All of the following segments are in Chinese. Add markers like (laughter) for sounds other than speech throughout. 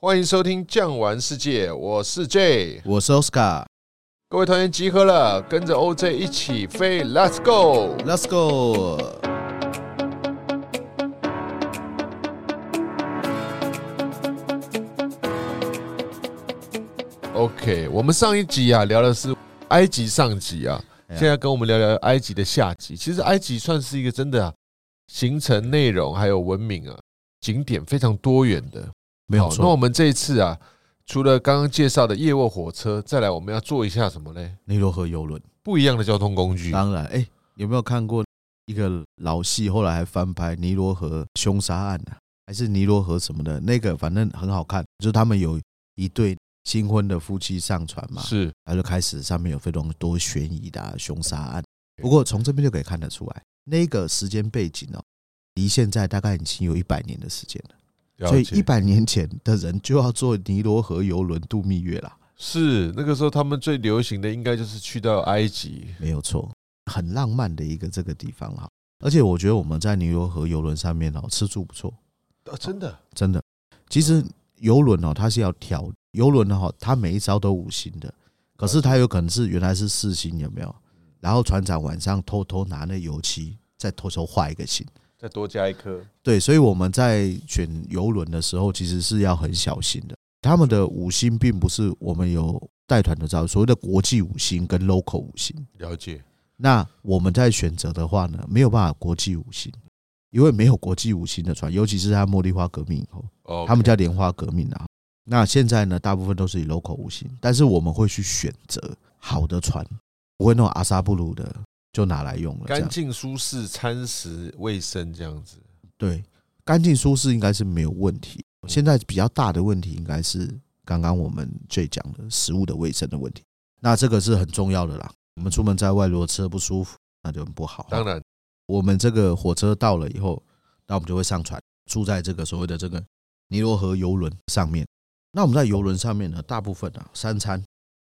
欢迎收听《酱玩世界》，我是 J，我是 Oscar，各位团员集合了，跟着 OJ 一起飞，Let's go！ ，Let's go。 OK，我们上一集啊聊的是埃及上集啊，哎呀现在跟我们聊聊埃及的下集。其实埃及算是一个真的啊，行程内容还有文明啊景点非常多元的。没有好那我错，们这一次啊，除了刚刚介绍的夜卧火车，再来我们要做一下什么呢？尼罗河游轮。不一样的交通工具。当然，哎、有没有看过一个老戏，后来还翻拍《尼罗河凶杀案》呢、还是《尼罗河》什么的？那个反正很好看，就是他们有一对新婚的夫妻上船嘛，是然后就开始上面有非常多悬疑的啊、凶杀案。不过从这边就可以看得出来，那个时间背景哦，离现在大概已经有一百年的时间了。了所以解一百年前的人就要坐尼罗河游轮度蜜月啦。是那个时候他们最流行的，应该就是去到埃及。没有错，很浪漫的一个这个地方哈。而且我觉得我们在尼罗河游轮上面哦，吃住不错，啊，真的真的。其实游轮哦，它是要挑游轮哈，它每一艘都五星的，可是它有可能是原来是四星，有没有？然后船长晚上偷偷拿那油漆，再偷偷画一个星。再多加一颗。对，所以我们在选游轮的时候，其实是要很小心的。他们的五星并不是我们有带团的照，所谓的国际五星跟 local 五星。了解，那我们在选择的话呢，没有办法国际五星，因为没有国际五星的船，尤其是在茉莉花革命以后，哦，他们叫莲花革命啊。那现在呢，大部分都是以 local 五星，但是我们会去选择好的船，不会那种阿萨布鲁的就拿来用了。这干样净、舒适、餐食、卫生这样子。对，干净舒适应该是没有问题。现在比较大的问题应该是刚刚我们最讲的食物的卫生的问题，那这个是很重要的啦。我们出门在外如果吃的不舒服，那就很不好。当然，我们这个火车到了以后，那我们就会上船，住在这个所谓的这个尼罗河游轮上面。那我们在游轮上面呢，大部分啊三餐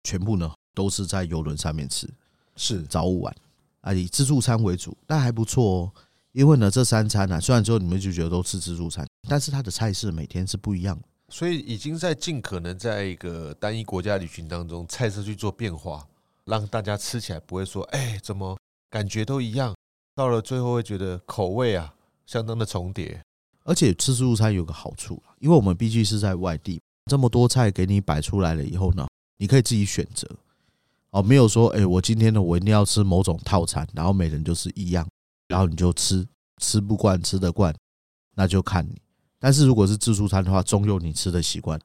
全部呢都是在游轮上面吃，是早午晚啊以自助餐为主，那还不错哦。因为呢，这三餐啊，虽然说你们就觉得都吃自助餐，但是它的菜式每天是不一样的。所以已经在尽可能在一个单一国家旅行当中，菜色去做变化，让大家吃起来不会说，哎，怎么感觉都一样？到了最后会觉得口味啊相当的重叠。而且吃自助餐有个好处啦，因为我们毕竟是在外地，这么多菜给你摆出来了以后呢，你可以自己选择。哦，没有说，哎、我今天呢，我一定要吃某种套餐，然后每人就是一样，然后你就吃，吃不惯吃得惯，那就看你。但是如果是自助餐的话，中用你吃的习惯，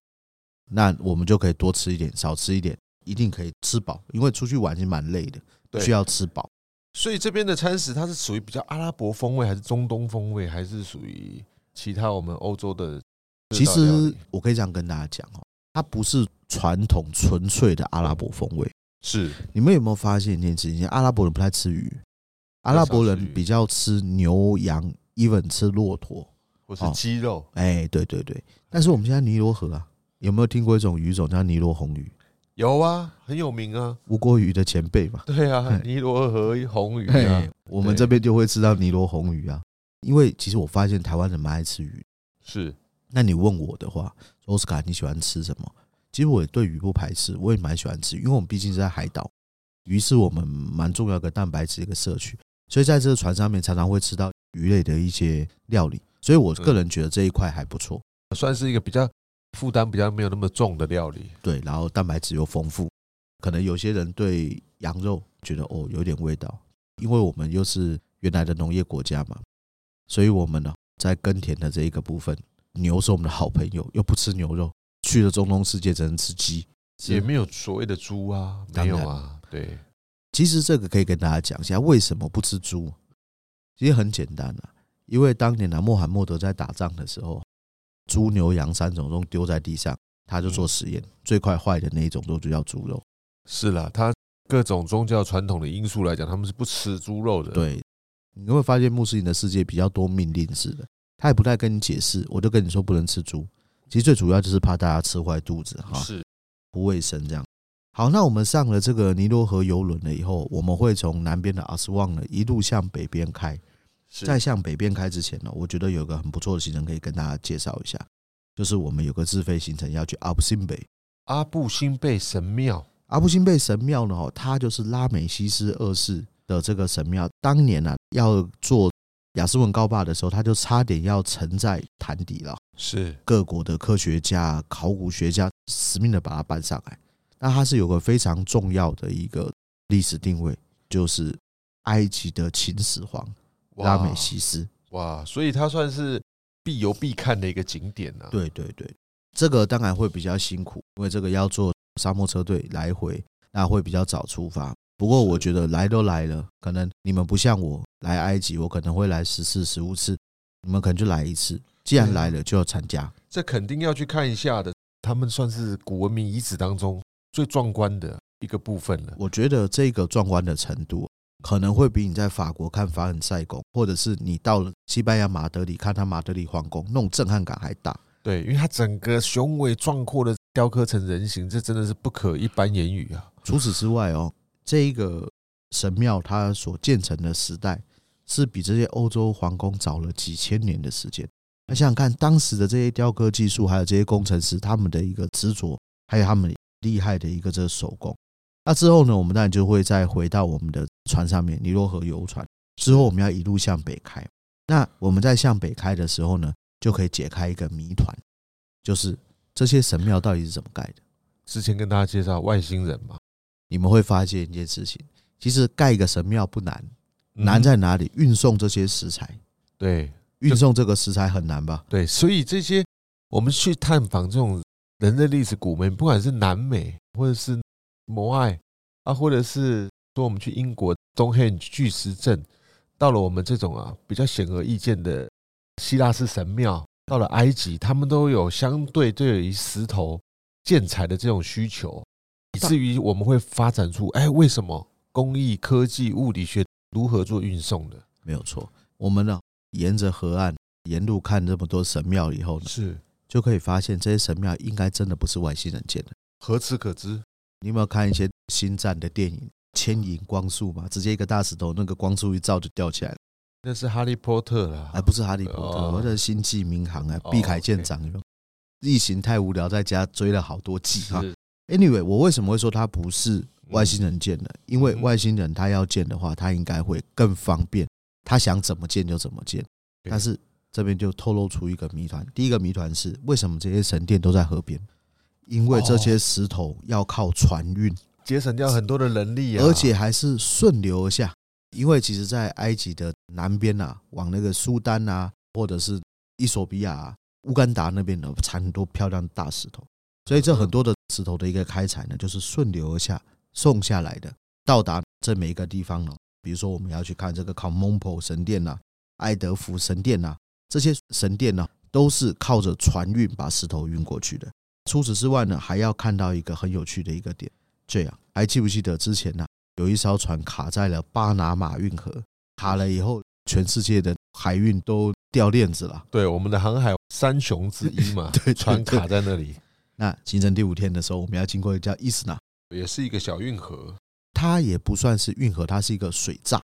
那我们就可以多吃一点，少吃一点，一定可以吃饱，因为出去玩是蛮累的，对需要吃饱。所以这边的餐食它是属于比较阿拉伯风味，还是中东风味，还是属于其他我们欧洲的其制造料理？实我可以这样跟大家讲哦，它不是传统纯粹的阿拉伯风味。是你们有没有发现一件事情？阿拉伯人不太吃鱼，阿拉伯人比较吃牛羊，even 吃骆驼。或是哦鸡肉，哎、对对对。但是我们现在尼罗河啊，有没有听过一种鱼种叫尼罗红鱼？有啊，很有名啊。吴锅鱼的前辈嘛。对啊哎，尼罗河红鱼哎、啊，我们对这边就会吃到尼罗红鱼啊。因为其实我发现台湾人蛮爱吃鱼。是那你问我的话，奥斯卡你喜欢吃什么？其实我也对鱼不排斥，我也蛮喜欢吃，因为我们毕竟是在海岛，鱼是我们蛮重要的蛋白质一个摄取，所以在这个船上面常常会吃到鱼类的一些料理，所以我个人觉得这一块还不错。算是一个比较负担比较没有那么重的料理。对，然后蛋白质又丰富，可能有些人对羊肉觉得哦有点味道，因为我们又是原来的农业国家嘛，所以我们呢在耕田的这一个部分，牛是我们的好朋友，又不吃牛肉，去了中东世界只能吃鸡，是也没有所谓的猪啊，没当有然啊，对，其实这个可以跟大家讲一下，为什么不吃猪？其实很简单啊，因为当年啊，穆罕默德在打仗的时候，猪、牛、羊三种肉丢在地上，他就嗯做实验，最快坏的那一种肉就叫猪肉。是啦，它各种宗教传统的因素来讲，他们是不吃猪肉的。，对，你会发现穆斯林的世界比较多命令式的，他也不太跟你解释，我就跟你说不能吃猪。其实最主要就是怕大家吃坏肚子哈。是不卫生这样。好，那我们上了这个尼罗河游轮了以后，我们会从南边的阿斯旺呢一路向北边开。是在向北边开之前呢，我觉得有一个很不错的行程可以跟大家介绍一下。就是我们有个自费行程要去阿布辛贝。阿布辛贝神庙，阿布辛贝神庙呢，哦，它就是拉美西斯二世的这个神庙。当年呢、啊，要做雅斯文高坝的时候，他就差点要沉在潭底了。是各国的科学家、考古学家死命的把它搬上来。那它哎是有个非常重要的一个历史定位，就是埃及的秦始皇拉美西斯。哇，所以它算是必游必看的一个景点啊。对对对，这个当然会比较辛苦，因为这个要坐沙漠车队来回，那会比较早出发。不过我觉得来都来了，可能你们不像我来埃及，我可能会来十次、十五次，你们可能就来一次。既然来了，就要参加。这肯定要去看一下的。他们算是古文明遗址当中最壮观的一个部分了。我觉得这个壮观的程度，可能会比你在法国看凡尔赛宫，或者是你到了西班牙马德里看他马德里皇宫，那种震撼感还大。对，因为它整个雄伟壮阔的雕刻成人形，这真的是不可一般言语啊！除此之外哦，这一个神庙它所建成的时代，是比这些欧洲皇宫早了几千年的时间。那想想看，当时的这些雕刻技术，还有这些工程师他们的一个执着，还有他们厉害的一个这个手工。那之后呢，我们当然就会再回到我们的船上面，尼罗河游船。之后我们要一路向北开。那我们在向北开的时候呢，就可以解开一个谜团，就是这些神庙到底是怎么盖的？之前跟大家介绍外星人嘛，你们会发现一件事情，其实盖一个神庙不难，嗯难在哪里？运送这些食材。对运送这个食材很难吧？对，所以这些我们去探访这种人类历史古文明，不管是南美或者是摩艾啊，或者是说我们去英国东 h e n 巨石阵，到了我们这种啊比较显而易见的希腊式神庙，到了埃及，他们都有相对对于石头建材的这种需求，以至于我们会发展出哎，为什么工艺、科技、物理学如何做运送的？没有错，我们呢沿着河岸沿路看这么多神庙以后呢，是就可以发现这些神庙应该真的不是外星人建的。何此可知？你有没有看一些星战的电影《牵引光速》嘛？直接一个大石头，那个光速一照就掉起来了。那是哈利波特啦，哎，不是哈利波特，哦我是星际民航啊哦，碧海舰长有没有异形太无聊，在家追了好多啊季哈。是 Anyway，我为什么会说它不是外星人建的？因为外星人他要建的话，他应该会更方便，他想怎么建就怎么建。对但是这边就透露出一个谜团，第一个谜团是为什么这些神殿都在河边？因为这些石头要靠船运，节省掉很多的人力啊，而且还是顺流而下。因为其实，在埃及的南边啊，往那个苏丹啊，或者是伊索比亚、啊、乌干达那边呢，产很多漂亮的大石头。所以，这很多的石头的一个开采呢，就是顺流而下送下来的，到达这每一个地方呢。比如说，我们要去看这个康蒙普神殿呐、埃德福神殿呐、这些神殿呢、都是靠着船运把石头运过去的。除此之外呢，还要看到一个很有趣的一个点，这样还记不记得之前呢、有一艘船卡在了巴拿马运河，卡了以后，全世界的海运都掉链子了。对我们的航海三雄之一 (laughs) 嘛，对对船对卡在那里，那行程第五天的时候，我们要经过一个叫伊斯纳，也是一个小运河，它也不算是运河，它是一个水坝。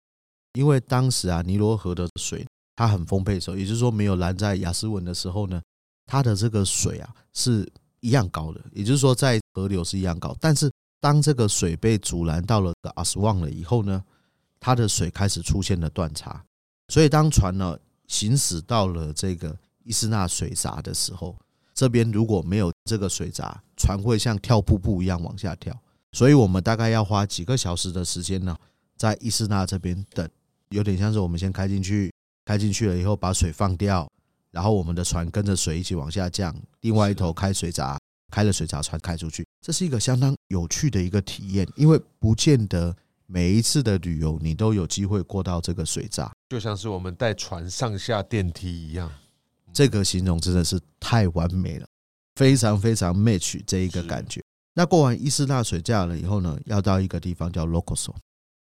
因为当时啊，尼罗河的水它很丰沛的时候，也就是说没有拦在雅斯文的时候呢，它的这个水啊是一样高的，也就是说在河流是一样高。但是当这个水被阻拦到了阿斯旺了以后呢，它的水开始出现了断差，所以当船呢行驶到了这个伊斯纳水闸的时候，这边如果没有这个水闸，船会像跳瀑布一样往下跳。所以我们大概要花几个小时的时间呢，在伊斯纳这边等，有点像是我们先开进去，开进去了以后把水放掉，然后我们的船跟着水一起往下降，另外一头开水闸，开了水闸，船开出去，这是一个相当有趣的一个体验，因为不见得每一次的旅游你都有机会过到这个水闸，就像是我们带船上下电梯一样。这个形容真的是太完美了，非常非常 match 这一个感觉。那过完伊斯纳水架了以后呢，要到一个地方叫卢克索。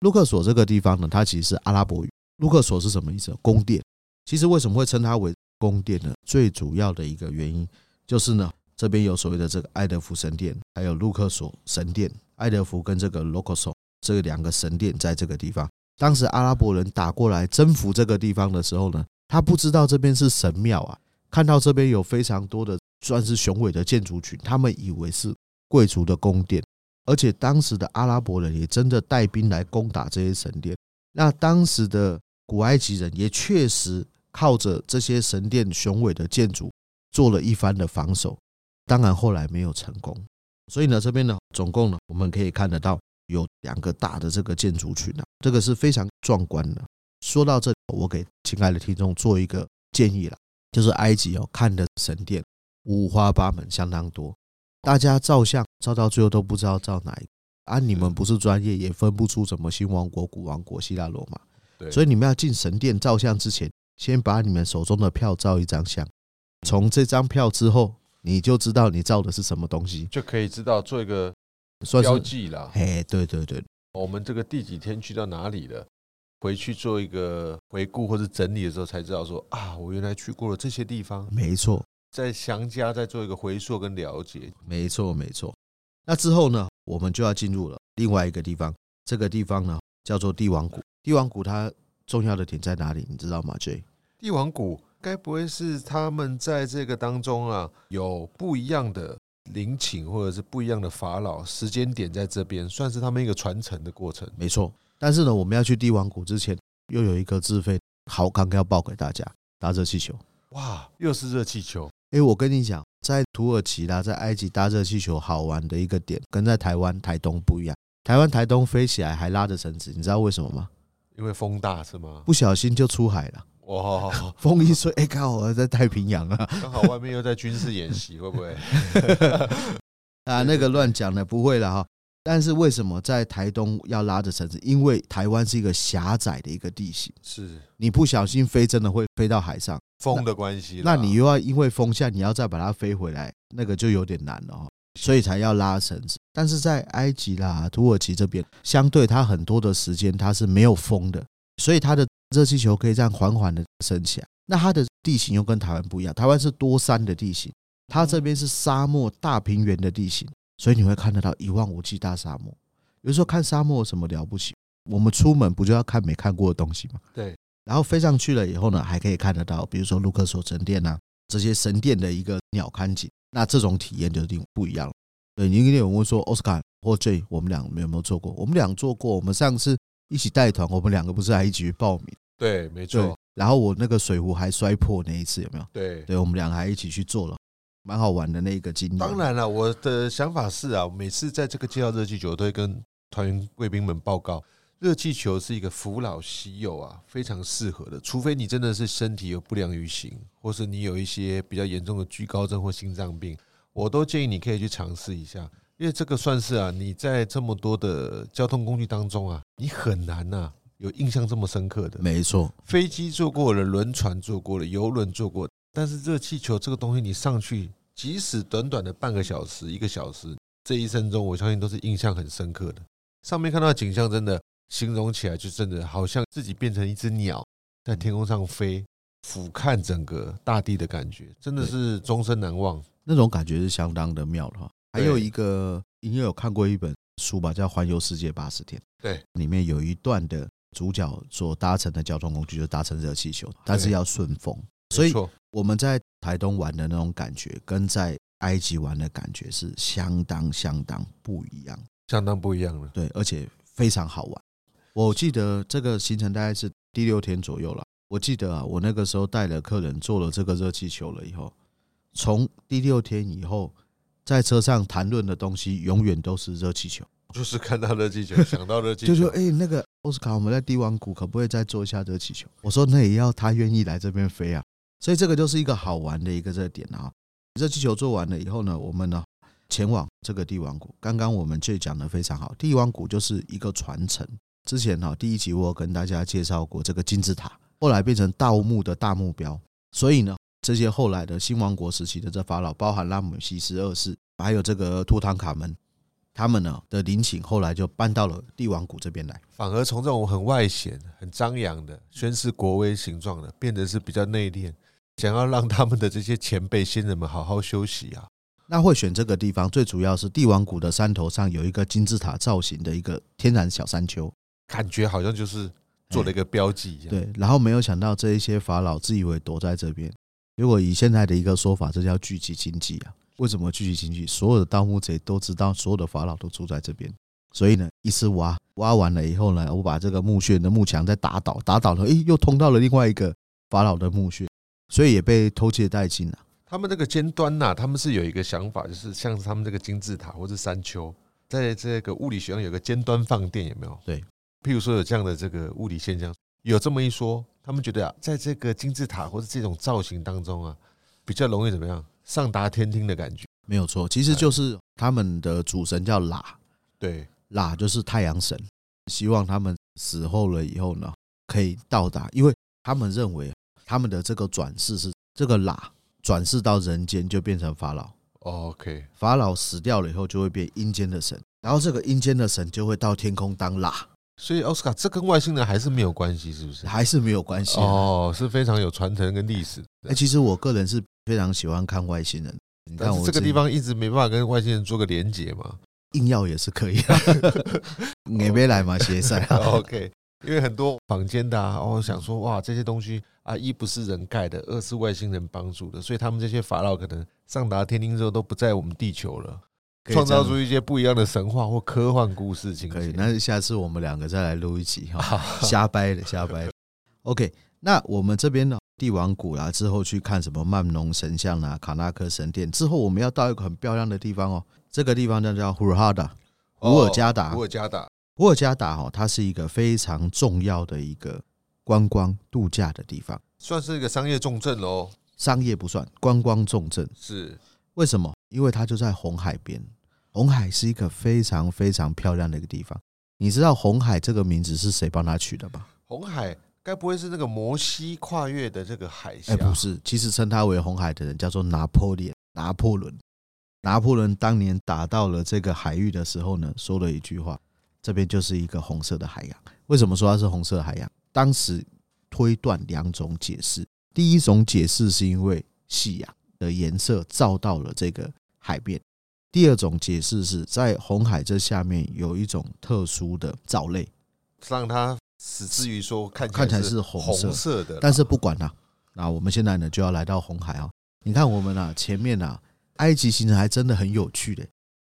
卢克索这个地方呢，它其实是阿拉伯语。卢克索是什么意思？宫殿。其实为什么会称它为宫殿呢？最主要的一个原因就是呢，这边有所谓的这个埃德福神殿，还有卢克索神殿。埃德福跟这个卢克索这两个神殿在这个地方。当时阿拉伯人打过来征服这个地方的时候呢，他不知道这边是神庙啊，看到这边有非常多的算是雄伟的建筑群，他们以为是贵族的宫殿，而且当时的阿拉伯人也真的带兵来攻打这些神殿。那当时的古埃及人也确实靠着这些神殿雄伟的建筑做了一番的防守，当然后来没有成功。所以呢，这边呢，总共呢，我们可以看得到有两个大的这个建筑群啊，这个是非常壮观的。说到这，我给亲爱的听众做一个建议啦，就是埃及哦看的神殿五花八门，相当多，大家照相照到最后都不知道照哪一个啊！你们不是专业，也分不出什么新王国、古王国、希腊罗马，对，所以你们要进神殿照相之前，先把你们手中的票照一张相，从这张票之后，你就知道你照的是什么东西，就可以知道做一个算标是记啦。哎，对对对，我们这个第几天去到哪里了，回去做一个回顾或者整理的时候，才知道说啊，我原来去过了这些地方，没错。在详加再做一个回溯跟了解。没错，没错。那之后呢，我们就要进入了另外一个地方，这个地方呢叫做帝王谷。帝王谷它重要的点在哪里？你知道吗？J，帝王谷该不会是他们在这个当中啊，有不一样的陵寝或者是不一样的法老，时间点在这边，算是他们一个传承的过程。没错。但是呢，我们要去帝王谷之前，又有一个自费好康要报给大家，搭热气球。哇，又是热气球，诶，我跟你讲，在土耳其啦，在埃及搭热气球好玩的一个点，跟在台湾台东不一样。台湾台东飞起来还拉着绳子，你知道为什么吗？因为风大是 (laughs) 吗？不小心就出海了，哇，风一吹，哎、刚好我在太平洋啊，刚好外面又在军事演习，会不会？啊，那个乱讲的不会了哈。但是为什么在台东要拉着绳子？因为台湾是一个狭窄的一个地形，是你不小心飞，真的会飞到海上。风的关系啦。那你又要因为风向，你要再把它飞回来，那个就有点难了哈。所以才要拉绳子。但是在埃及啦、土耳其这边，相对它很多的时间它是没有风的，所以它的热气球可以这样缓缓的升起来。那它的地形又跟台湾不一样，台湾是多山的地形，它这边是沙漠大平原的地形，所以你会看得到一望无际大沙漠。有时候看沙漠有什么了不起？我们出门不就要看没看过的东西吗？对。然后飞上去了以后呢，还可以看得到，比如说卢克索神殿啊，这些神殿的一个鸟瞰景，那这种体验就一定不一样了。对，你一定有问说奥斯卡或 J，我们两个有没有做过？我们俩做过，我们上次一起带团，我们两个不是还一起去报名？对，没对错，，然后我那个水壶还摔破那一次，有没有？对。对，我们两个还一起去做了，蛮好玩的那个经历。当，然了，我的想法是啊，每次在这个介绍热气球，我都会跟团员贵宾们报告，热气球是一个扶老携幼啊，非常适合的。除非你真的是身体有不良于行，或是你有一些比较严重的居高症或心脏病，我都建议你可以去尝试一下，因为这个算是啊，你在这么多的交通工具当中啊，你很难呐、有印象这么深刻的。没错，飞机坐过了，轮船坐过了，游轮坐过，但是热气球这个东西，你上去，即使短短的半个小时、一个小时，这一生中，我相信都是印象很深刻的。上面看到的景象，真的形容起来就真的好像自己变成一只鸟，在天空上飞，俯瞰整个大地的感觉，真的是终身难忘。那种感觉是相当的妙的哈。还对有一个，应该有看过一本书吧，叫《环游世界八十天》。对，里面有一段的主角所搭乘的交通工具就是搭乘热气球，但是要顺风。所没以错我们在台东玩的那种感觉，跟在埃及玩的感觉是相当相当不一样。相当不一样了。对，而且非常好玩。我记得这个行程大概是第六天左右了。我记得啊，我那个时候带了客人坐了这个热气球了以后，从第六天以后，在车上谈论的东西永远都是热气球，就是看到热气球，想到热气就球，说哎、诶那个奥斯卡，我们在帝王谷可不可以再做一下热气球？我说那也要他愿意来这边飞啊，所以这个就是一个好玩的一个热点啊。热气球做完了以后呢，我们呢前往这个帝王谷。刚刚我们就讲的非常好，帝王谷就是一个传承。之前哈、第一集我有跟大家介绍过这个金字塔，后来变成盗墓的大目标，所以呢，这些后来的新王国时期的这法老，包含拉姆西斯二世，还有这个图坦卡门，他们呢的陵寝后来就搬到了帝王谷这边来。反而从这种很外显、很张扬的宣示国威形状的，变得是比较内敛，想要让他们的这些前辈先人们好好休息啊。那会选这个地方，最主要是帝王谷的山头上有一个金字塔造型的一个天然小山丘，哎感觉好像就是做了一个标记一样。对，然后没有想到这一些法老自以为躲在这边，如果以现在的一个说法，这叫聚集经济啊。为什么聚集经济？所有的盗墓贼都知道，所有的法老都住在这边，所以呢，一次挖挖完了以后呢，我把这个墓穴的墓墙再打倒，打倒了，诶，又通到了另外一个法老的墓穴，所以也被偷窃殆尽啊了。他们这个尖端呐、他们是有一个想法，就是像他们这个金字塔或是山丘，在这个物理学上有个尖端放电，有没有？对，譬如说有这样的这个物理现象，有这么一说，他们觉得啊，在这个金字塔或者这种造型当中啊，比较容易怎么样上达天听的感觉。没有错，哎其实就是他们的主神叫拉，对，拉就是太阳神，希望他们死后了以后呢，可以到达，因为他们认为他们的这个转世是这个拉转世到人间就变成法老，哦 OK，法老死掉了以后就会变阴间的神，然后这个阴间的神就会到天空当拉，所以奥斯卡这跟外星人还是没有关系，是不是？还是没有关系、哦，哦，是非常有传承跟历史的。哎、其实我个人是非常喜欢看外星人，你看但我是这个自己地方一直没办法跟外星人做个连接 (laughs) 嘛。硬要也是可 (laughs) 以、啊，也没来嘛，歇赛、啊。 OK，因为很多坊间的、啊，哦，想说哇，这些东西啊，一不是人盖的，二是外星人帮助的，所以他们这些法老可能上达天庭之后都不在我们地球了，可以创造这样出一些不一样的神话或科幻故事情节。哦可以，那下次我们两个再来录一集哈。好 (laughs) 瞎掰的，瞎掰的。OK，那我们这边呢，帝王谷啦、之后去看什么曼农神像啦、卡纳克神殿，之后我们要到一个很漂亮的地方哦，这个地方叫叫胡尔哈达，哦胡尔加达胡尔加达，胡尔加达哦，它是一个非常重要的一个观光度假的地方，算是一个商业重镇喽。商业不算，观光重镇。是为什么？因为它就在红海边，红海是一个非常非常漂亮的一个地方。你知道红海这个名字是谁帮它取的吗？红海，该不会是那个摩西跨越的这个海峡？哎、不是，其实称他为红海的人叫做拿破仑。拿破仑，拿破仑当年打到了这个海域的时候呢，说了一句话：“这边就是一个红色的海洋。”为什么说它是红色的海洋？当时推断两种解释，第一种解释是因为夕阳的颜色照到了这个海面；第二种解释是在红海这下面有一种特殊的藻类，让它死之于说看看起来是是红色的啦，但是不管啦、那我们现在呢就要来到红海啊。你看我们啊，前面啊，埃及行程还真的很有趣的。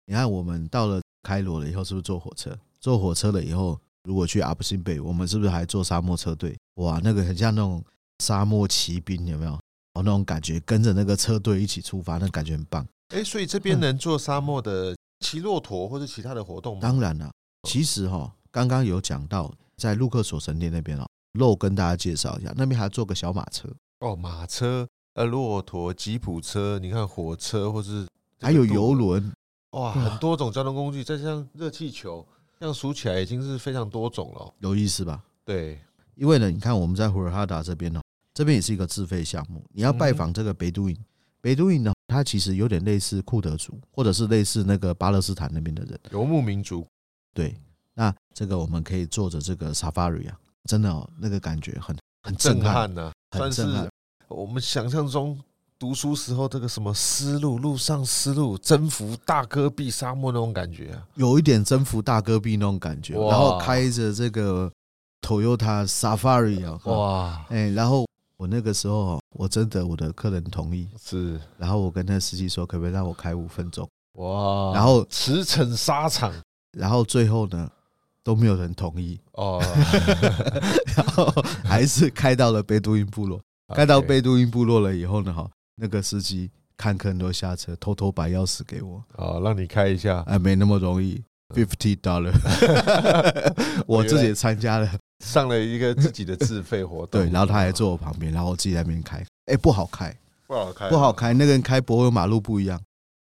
你看我们到了开罗了以后，是不是坐火车？坐火车了以后，如果去阿布辛贝，我们是不是还坐沙漠车队？哇，那个很像那种沙漠骑兵，有没有？哦，那种感觉，跟着那个车队一起出发，那感觉很棒。哎、所以这嗯边能做沙漠的骑骆驼或者其他的活动吗？当然了、其实哈、刚刚有讲到在路克索神殿那边哦，漏跟大家介绍一下，那边还坐个小马车，哦，马车、呃，骆驼、吉普车，你看火车或是这个还有渡游轮，哇，很多种交通工具，再加上热气球，这样数起来已经是非常多种了哦。有意思吧？对，因为呢，你看我们在胡尔哈达这边呢，这边也是一个自费项目。你要拜嗯哼访这个北都营，北都营呢，它其实有点类似库德族，或者是类似那个巴勒斯坦那边的人。游牧民族对，那这个我们可以坐着这个 safari 啊，真的哦，那个感觉很很震震撼，撼呐、很算震撼是。我们想象中读书时候这个什么丝路，路上丝路，征服大戈壁沙漠那种感觉啊。有一点征服大戈壁那种感觉，哇然后开着这个 Toyota Safari 啊，哇，哇，哎，然后我那个时候哦我征得我的客人同意，是然后我跟那司机说，可不可以让我开五分钟？哇，然后驰骋沙场然后最后呢都没有人同意， (laughs) 哦，然后还是开到了贝都因部落。开 (laughs) 到 OK 贝都因部落了以后呢，哈，那个司机看客人都下车，偷偷把钥匙给我，好，让你开一下。哎，没那么容易，fifty dollar，我自己也参加了，上了一个自己的自费活动，对，然后他还坐我旁边，然后我自己在那边开，哎，不好开，不好开，不好，开，那个人开柏油马路不一样，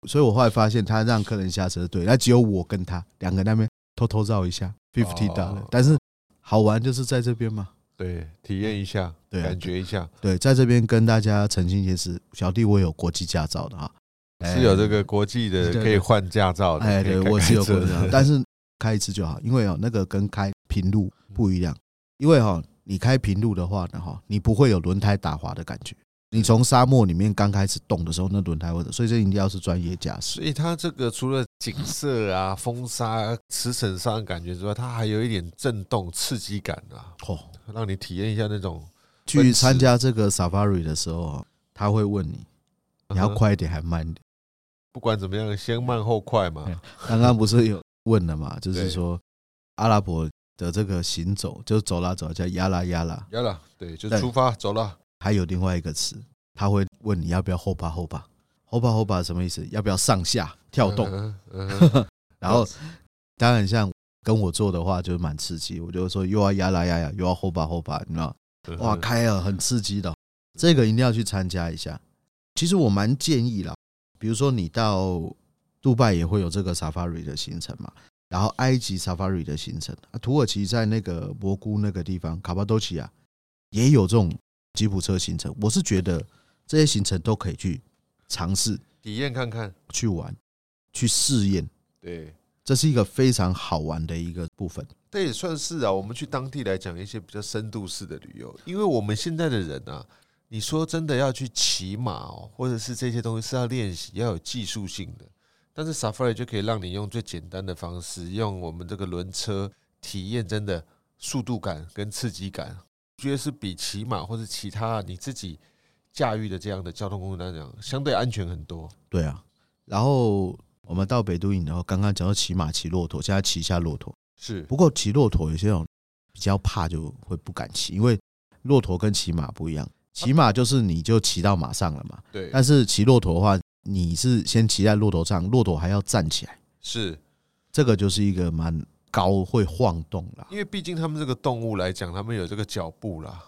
所以我后来发现他让客人下车，对，那只有我跟他两个在那边偷偷绕一下 fifty dollar，哦但是好玩就是在这边嘛，对，体验一下，对啊感觉一下，对，在这边跟大家澄清一件事，小弟我有国际驾照的啊，是有这个国际的对对可以换驾照的，哎，可以对开我是有开国车 (laughs) 际驾照，但是开一次就好，因为哦，那个跟开平路嗯不一样，因为哈、哦，你开平路的话呢，哈，你不会有轮胎打滑的感觉。你从沙漠里面刚开始动的时候，那轮胎会的，所以这一定要是专业驾驶。所以它这个除了景色啊、风沙、驰骋沙的感觉之外，它还有一点震动、刺激感啊，哦，让你体验一下那种去参加这个 Safari 的时候哦，他会问你你要嗯哼快一点还慢一点。不管怎么样，先慢后快哎嘛。 (laughs) 刚刚不是有问了嘛，就是对说阿拉伯的这个行走，就走啦走啦叫呀啦呀啦，要了，对，就对出发走了。还有另外一个词，他会问你要不要后怕后怕后怕后怕什么意思？要不要上下跳动？嗯哼，嗯哼 (laughs) 然后当然像跟我做的话，就是蛮刺激，我就说又要呀啦呀呀，又要后怕后怕，你知道吗？哇，嗯哼开了很刺激的哦，这个一定要去参加一下。其实我蛮建议啦，比如说你到杜拜也会有这个 safari 的行程嘛，然后埃及 safari 的行程，啊、土耳其在那个蘑菇那个地方卡巴多奇亚也有这种吉普车行程。我是觉得这些行程都可以去尝试、体验看看。去玩、去试验，对，这是一个非常好玩的一个部分。这也算是啊，我们去当地来讲一些比较深度式的旅游，因为我们现在的人啊，你说真的要去骑马哦，或者是这些东西是要练习，要有技术性的。但是 Safari 就可以让你用最简单的方式，用我们这个轮车体验真的速度感跟刺激感，我觉得是比骑马或者其他你自己驾驭的这样的交通工具来讲，相对安全很多。对啊，然后我们到北都营，然后刚刚讲到骑马、骑骆驼，现在骑一下骆驼。是不过骑骆驼有些人比较怕，就会不敢骑，因为骆驼跟骑马不一样。骑马就是你就骑到马上了嘛，对，但是骑骆驼的话，你是先骑在骆驼上，骆驼还要站起来，是这个就是一个蛮高会晃动啦。因为毕竟他们这个动物来讲，他们有这个脚步啦，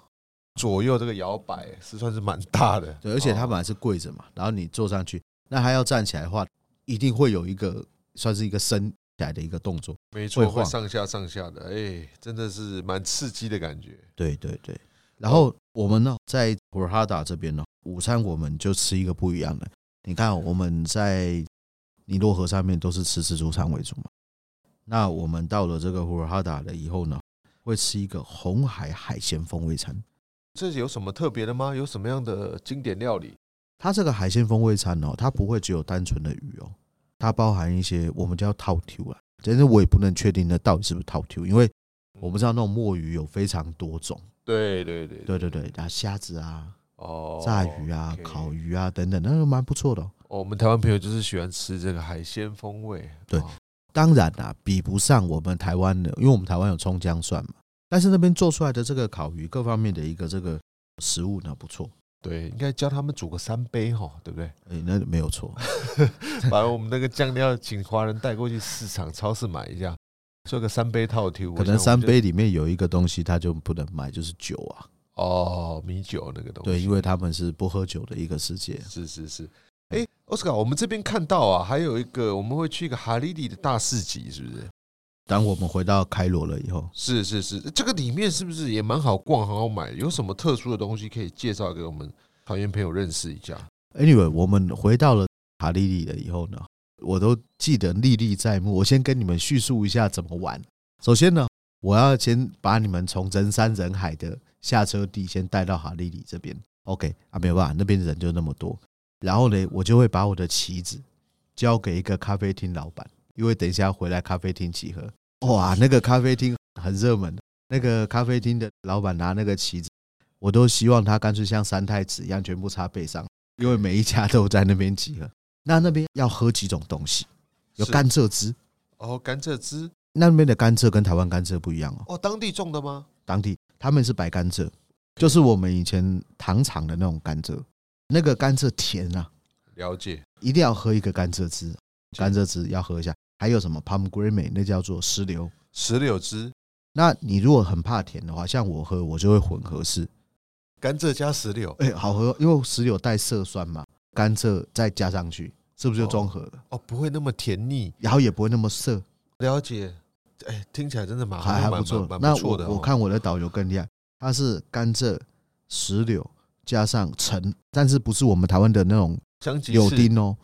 左右这个摇摆是算是蛮大的。对，而且它哦本来是跪着嘛，然后你坐上去，那它要站起来的话，一定会有一个算是一个升起来的一个动作。没错会会晃上下上下的，哎、真的是蛮刺激的感觉。对对对。然后我们呢，在普尔哈达这边呢，午餐我们就吃一个不一样的。你看我们在尼罗河上面都是吃自助餐为主嘛，那我们到了这个普尔哈达了以后呢，会吃一个红海海鲜风味餐。这有什么特别的吗？有什么样的经典料理？它这个海鲜风味餐哦，它不会只有单纯的鱼哦，它包含一些我们叫套 Q 啊，但是我也不能确定那到底是不是套 Q，因为我们知道那种墨鱼有非常多种，对对对对对对，啊虾子啊，哦，炸鱼啊、 OK 烤鱼啊等等，那都蛮不错的哦、哦我们台湾朋友就是喜欢吃这个海鲜风味。对哦当然啦、比不上我们台湾的，因为我们台湾有葱姜蒜嘛。但是那边做出来的这个烤鱼各方面的一个这个食物呢，不错，对，应该教他们煮个三杯哈，对不 (laughs) 对？哎、那没有错。把我们那个酱料请华人带过去市场、超市买一下，做个三杯套题。我想我可能们三就杯里面有一个东西它就不能卖，就是酒啊。哦，米酒那个东西。对，因为他们是不喝酒的一个世界。是是是。哎、奥斯卡，我们这边看到啊，还有一个我们会去一个哈利里的大市集，是不是？当我们回到开罗了以后，是是是，这个里面是不是也蛮好逛、很好买？有什么特殊的东西可以介绍给我们团员朋友认识一下？ Anyway，我们回到了卡利利了以后呢，我都记得历历在目。我先跟你们叙述一下怎么玩。首先呢，我要先把你们从人山人海的下车地先带到哈利里这边。OK 啊，没有办法，那边人就那么多。然后呢，我就会把我的旗子交给一个咖啡厅老板，因为等一下回来咖啡厅集合。哇，那个咖啡厅很热门，那个咖啡厅的老板拿那个旗子，我都希望他干脆像三太子一样全部插背上。因为每一家都在那边集合。那那边要喝几种东西？有是甘蔗汁，哦，甘蔗汁那边的甘蔗跟台湾甘蔗不一样哦。哦，当地种的吗？当地他们是白甘蔗，就是我们以前糖厂的那种甘蔗。那个甘蔗甜啊，了解，一定要喝一个甘蔗汁，甘蔗汁要喝一下。还有什么 pomegranate，那叫做石榴。石榴汁，那你如果很怕甜的话，像我喝，我就会混合式。甘蔗加石榴，哎、好喝，因为石榴带色酸嘛，甘蔗再加上去，是不是就中和了？哦，不会那么甜腻。然后也不会那么涩。了解，哎、听起来真的蛮还还不错。蛮蛮那蛮不错的、哦我我，看我的导游更厉害，他是甘蔗、石榴加上橙，但是不是我们台湾的那种香吉士柳丁哦，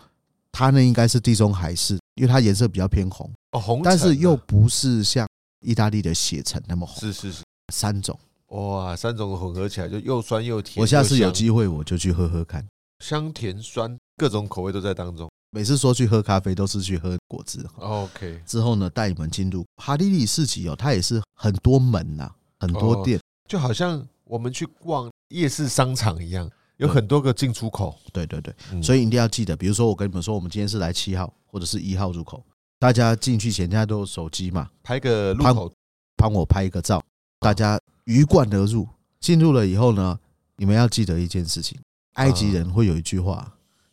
它那应该是地中海式，因为它颜色比较偏红，哦，红橙啊，但是又不是像意大利的血橙那么红。是是是，三种，哇，三种混合起来就又酸又甜。我下次又有香机会我就去喝喝看。香甜酸，各种口味都在当中。每次说去喝咖啡都是去喝果汁。哦 OK，之后呢，带你们进入哈利利市集哦，它也是很多门呐、很多哦店。就好像我们去逛夜市商场一样，有很多个进出口，对对对，嗯所以一定要记得，比如说我跟你们说，我们今天是来七号或者是一号入口，大家进去前现在都有手机嘛，拍个路口帮我拍一个照，大家鱼贯而入。进入了以后呢，你们要记得一件事情，埃及人会有一句话，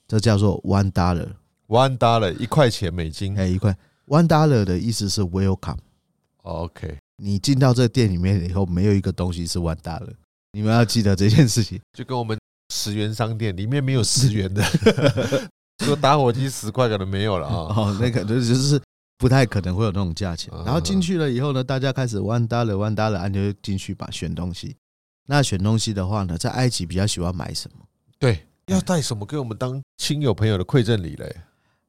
这叫做 one dollar， one dollar 一块钱美金哎，一块 one dollar 的意思是 welcome。 ，OK，你进到这店里面以后，没有一个东西是 one dollar，你们要记得这件事情。就跟我们十元商店里面没有十元 (laughs) 的，说打火机十块可能没有了 (laughs) 啊。哦，那个就是就是不太可能会有那种价钱啊。然后进去了以后呢，大家开始弯搭了弯搭了，按啊就进去吧，选东西。那选东西的话呢，在埃及比较喜欢买什么？对，要带什么给我们当亲友朋友的馈赠礼嘞？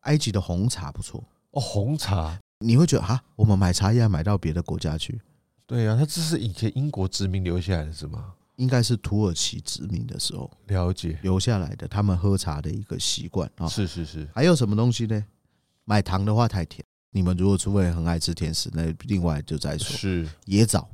埃及的红茶不错，哦，红茶。你会觉得哈，我们买茶叶买到别的国家去，对啊，它这是以前英国殖民留下来的是吗？应该是土耳其殖民的时候了解，留下来的，他们喝茶的一个习惯啊。是是是，还有什么东西呢？买糖的话太甜，你们如果除非很爱吃甜食，那另外就再说。是野枣，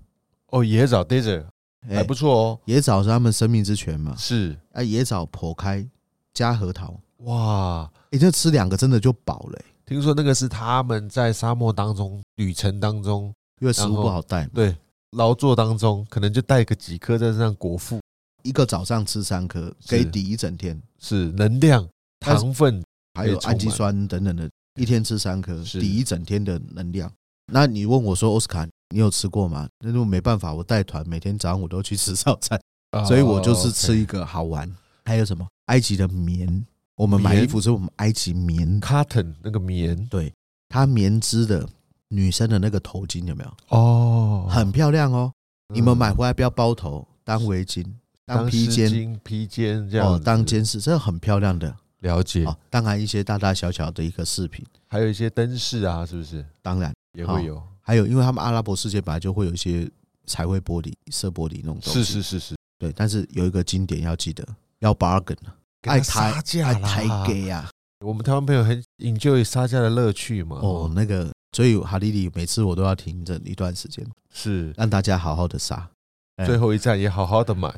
哦，野枣 desert 哎还不错哦，野枣是他们生命之泉嘛。是啊，野枣剖开加核桃，哇，你、这吃两个真的就饱了、欸听说那个是他们在沙漠当中旅程当中，因为食然物后不好带嘛，对劳作当中，可能就带个几颗在身上果腹，一个早上吃三颗，是可以抵一整天，是能量、但是糖分，还有可以充氨基满酸等等的，一天吃三颗，是抵一整天的能量。那你问我说，奥斯卡，你有吃过吗？那如果没办法，我带团，每天早上我都去吃早 (laughs) 餐，啊所以我就是吃一个好玩。还有什么？埃及的棉，我们买哦棉衣服是我们埃及棉， cotton 那个棉对，它棉织的女生的那个头巾有没有？哦很漂亮哦。嗯你们买回来不要包头，当围巾、当披湿肩、巾、披肩这样哦子，当肩饰，这很漂亮的。了解，哦，当然一些大大小小的一个饰品，还有一些灯饰啊，是不是当然也会有？还有，因为他们阿拉伯世界本来就会有一些彩绘玻璃、色玻璃那种东是西，是是是，对。但是有一个经典要记得，要 bargain，啊爱给它抬杀价爱啦抬给啊呀、我们台湾朋友很 enjoy 杀价的乐趣嘛。哦，，那个，所以哈利里每次我都要停着一段时间，是让大家好好的杀。哎最后一站也好好的买，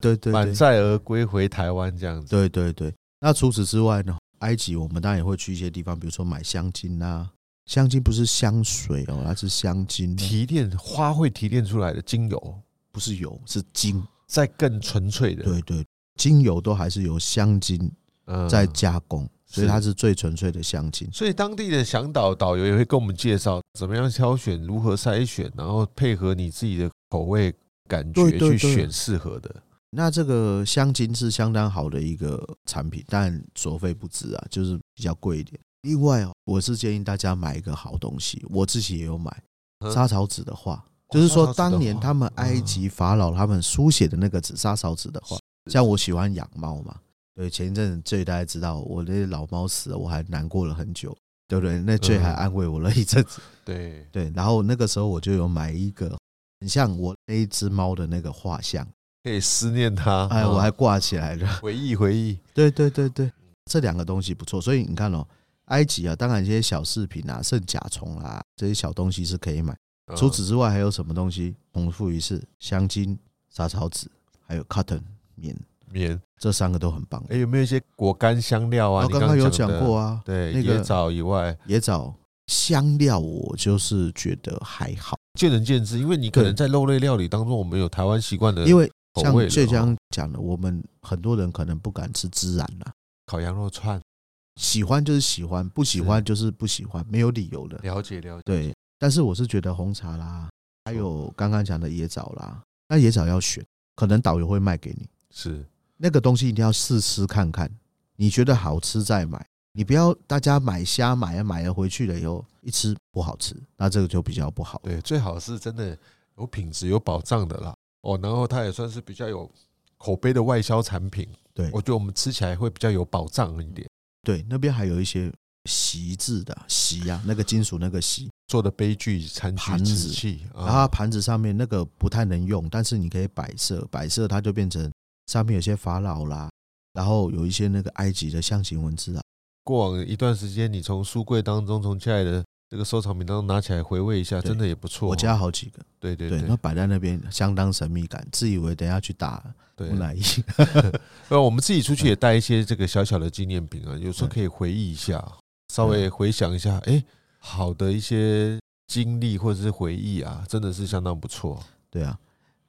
对对满对，载而归回台湾这样子。对对对。那除此之外呢？埃及我们当然也会去一些地方，比如说买香精啊，香精不是香水哦，它是香精，提炼花卉提炼出来的精油，不是油，是精。再更纯粹的，对对，精油都还是由香精嗯在加工，所以是它是最纯粹的香精。所以当地的向导导游也会跟我们介绍怎么样挑选、如何筛选，然后配合你自己的口味感觉对对去对选适合的。那这个香精是相当好的一个产品，但所费不值啊，就是比较贵一点。另外哦，我是建议大家买一个好东西，我自己也有买嗯莎草纸的画，哦就是莎草说纸的当年画他们埃及法老他们书写的那个纸莎草纸的画，嗯像我喜欢养猫嘛，对，前一阵子最大家知道我那老猫死了，我还难过了很久，对不对？那最还嗯安慰我了一阵子，对，对。然后那个时候我就有买一个很像我那一只猫的那个画像，可以思念它。哎，嗯我还挂起来了。 (laughs) 回忆回忆，对对对对，这两个东西不错，所以你看哦，埃及啊，当然一些小饰品啊，圣甲虫啊，这些小东西是可以买。嗯除此之外，还有什么东西重复一次？香精、莎草纸，还有 cotton 棉，嗯棉，这三个都很棒。哎，有没有一些果干香料啊？你我哦刚刚有讲的过，啊，对，那个野枣以外，野枣、香料，我就是觉得还好，见仁见智，因为你可能对在肉类料理当中，我们有台湾习惯的，因为口像味了最哦江讲的，我们很多人可能不敢吃孜然啦、烤羊肉串，喜欢就是喜欢，不喜欢就是不喜欢，没有理由的。了解了解，对，但是我是觉得红茶啦，还有刚刚讲的野枣啦，那野枣要选，可能导游会卖给你，是那个东西一定要试吃看看，你觉得好吃再买，你不要大家买虾买啊买了回去了以后一吃不好吃，那这个就比较不好。对，最好是真的有品质、有保障的啦。哦，然后它也算是比较有口碑的外销产品。对我觉得我们吃起来会比较有保障一点，对，那边还有一些席制的席呀、那个金属那个席，做的杯具、餐具、盘瓷子器啊，然后它盘子上面那个不太能用，但是你可以摆设，摆设它就变成上面有些法老啦，然后有一些那个埃及的象形文字啊。过往一段时间，你从书柜当中从家里的这个收藏品当中拿起来回味一下，对真的也不错哦。我家好几个，对对对，对那，摆在那边相当神秘感，自以为等一下去打对木，乃伊，那啊我们自己出去也带一些这个小小的纪念品啊，有时候可以回忆一下，稍微回想一下，哎，好的一些经历或者是回忆啊，真的是相当不错。 (laughs) 对啊，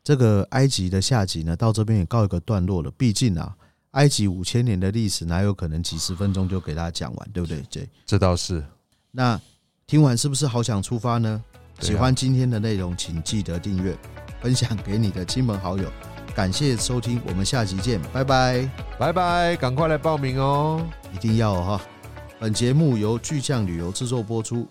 这个埃及的下集呢，到这边也告一个段落了。毕竟啊，埃及五千年的历史，哪有可能几十分钟就给大家讲完，对不对？对。这倒是，那听完是不是好想出发呢？对啊喜欢今天的内容，请记得订阅、分享给你的亲朋好友。感谢收听，我们下集见，拜拜！拜拜，赶快来报名哦。一定要哦哈、本节目由巨匠旅游制作播出，